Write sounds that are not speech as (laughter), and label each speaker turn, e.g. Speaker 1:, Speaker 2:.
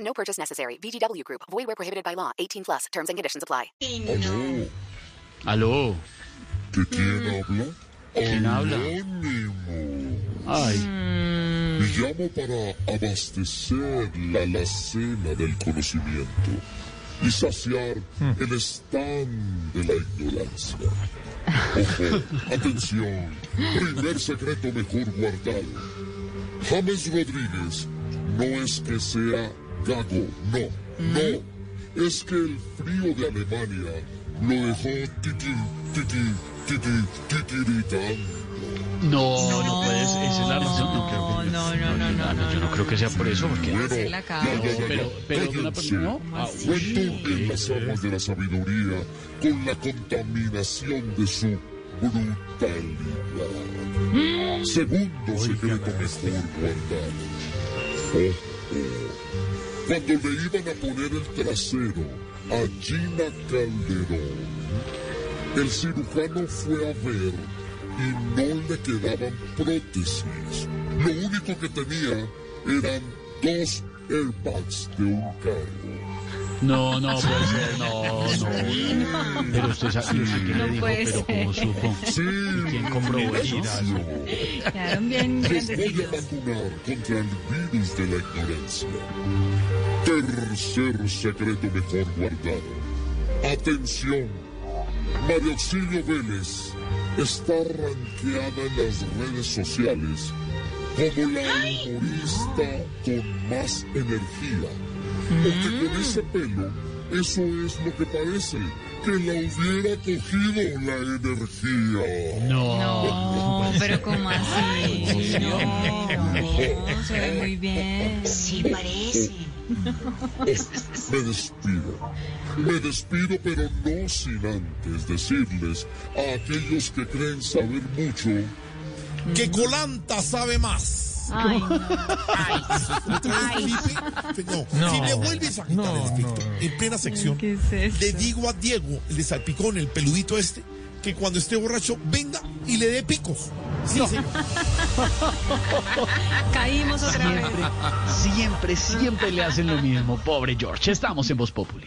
Speaker 1: No purchase necessary. VGW Group. Void where prohibited by law. 18 plus. Terms and conditions apply.
Speaker 2: Aló,
Speaker 3: Aló,
Speaker 2: ¿de quién habla?
Speaker 3: ¿Quién habla?
Speaker 2: Anónimo.
Speaker 3: ay,
Speaker 2: Me llamo para abastecer la alacena del conocimiento y saciar
Speaker 3: Mm.
Speaker 2: el stand de la ignorancia.
Speaker 3: (laughs)
Speaker 2: Ojo, atención, primer secreto mejor guardado. James Rodríguez no es que sea gago, no, no. Es que el frío de Alemania lo dejó titi, titi, titi, titiritando.
Speaker 3: no, no, puedes, esa es la razón, no creo que, no, no, no, yo no creo que sea por eso, porque,
Speaker 2: Bueno,
Speaker 4: la
Speaker 2: ya,
Speaker 4: acaba.
Speaker 2: ya, ya, ya.
Speaker 3: pero, pero, de una
Speaker 2: Cállense.
Speaker 3: persona, no, ah,
Speaker 2: Fue tú en las aguas de la sabiduría con la contaminación de su brutalidad. Segundo secreto mejor guardado. Ojo. Cuando le iban a poner el trasero a Gina Calderón, el cirujano fue a ver y no le quedaban prótesis. Lo único que tenía eran dos airbags de un carro.
Speaker 3: no, no puede ser, (laughs) no, no, pero usted sabe, yo sé que le dijo,
Speaker 4: puede
Speaker 3: pero
Speaker 4: ser.
Speaker 3: cómo supo,
Speaker 2: Sí,
Speaker 3: quién compró eso?
Speaker 4: Quedaron bien
Speaker 2: Los voy a
Speaker 4: grandecitos.
Speaker 2: vacunar contra el virus de la ignorancia. Tercer secreto mejor guardado. Atención. María Auxilio Vélez está ranqueada en las redes sociales como la humorista con más energía. Porque con ese pelo, eso es lo que parece, que la hubiera cogido la energía.
Speaker 3: No,
Speaker 4: No, pero como así? No, no, se ve muy bien.
Speaker 5: Sí, parece.
Speaker 2: Me despido. Me despido, pero no sin antes decirles a aquellos que creen saber mucho,
Speaker 6: que Colanta sabe más.
Speaker 4: Ay, no.
Speaker 6: Felipe, pues, no, si me vuelves a quitar el efecto en plena sección,
Speaker 4: ¿Qué es eso?
Speaker 6: le digo a Diego, el de Salpicón, el peludito este, que cuando esté borracho, venga y le dé picos. Sí, señor.
Speaker 4: Caímos otra vez.
Speaker 3: siempre, siempre le hacen lo mismo, pobre George, estamos en Voz Populi.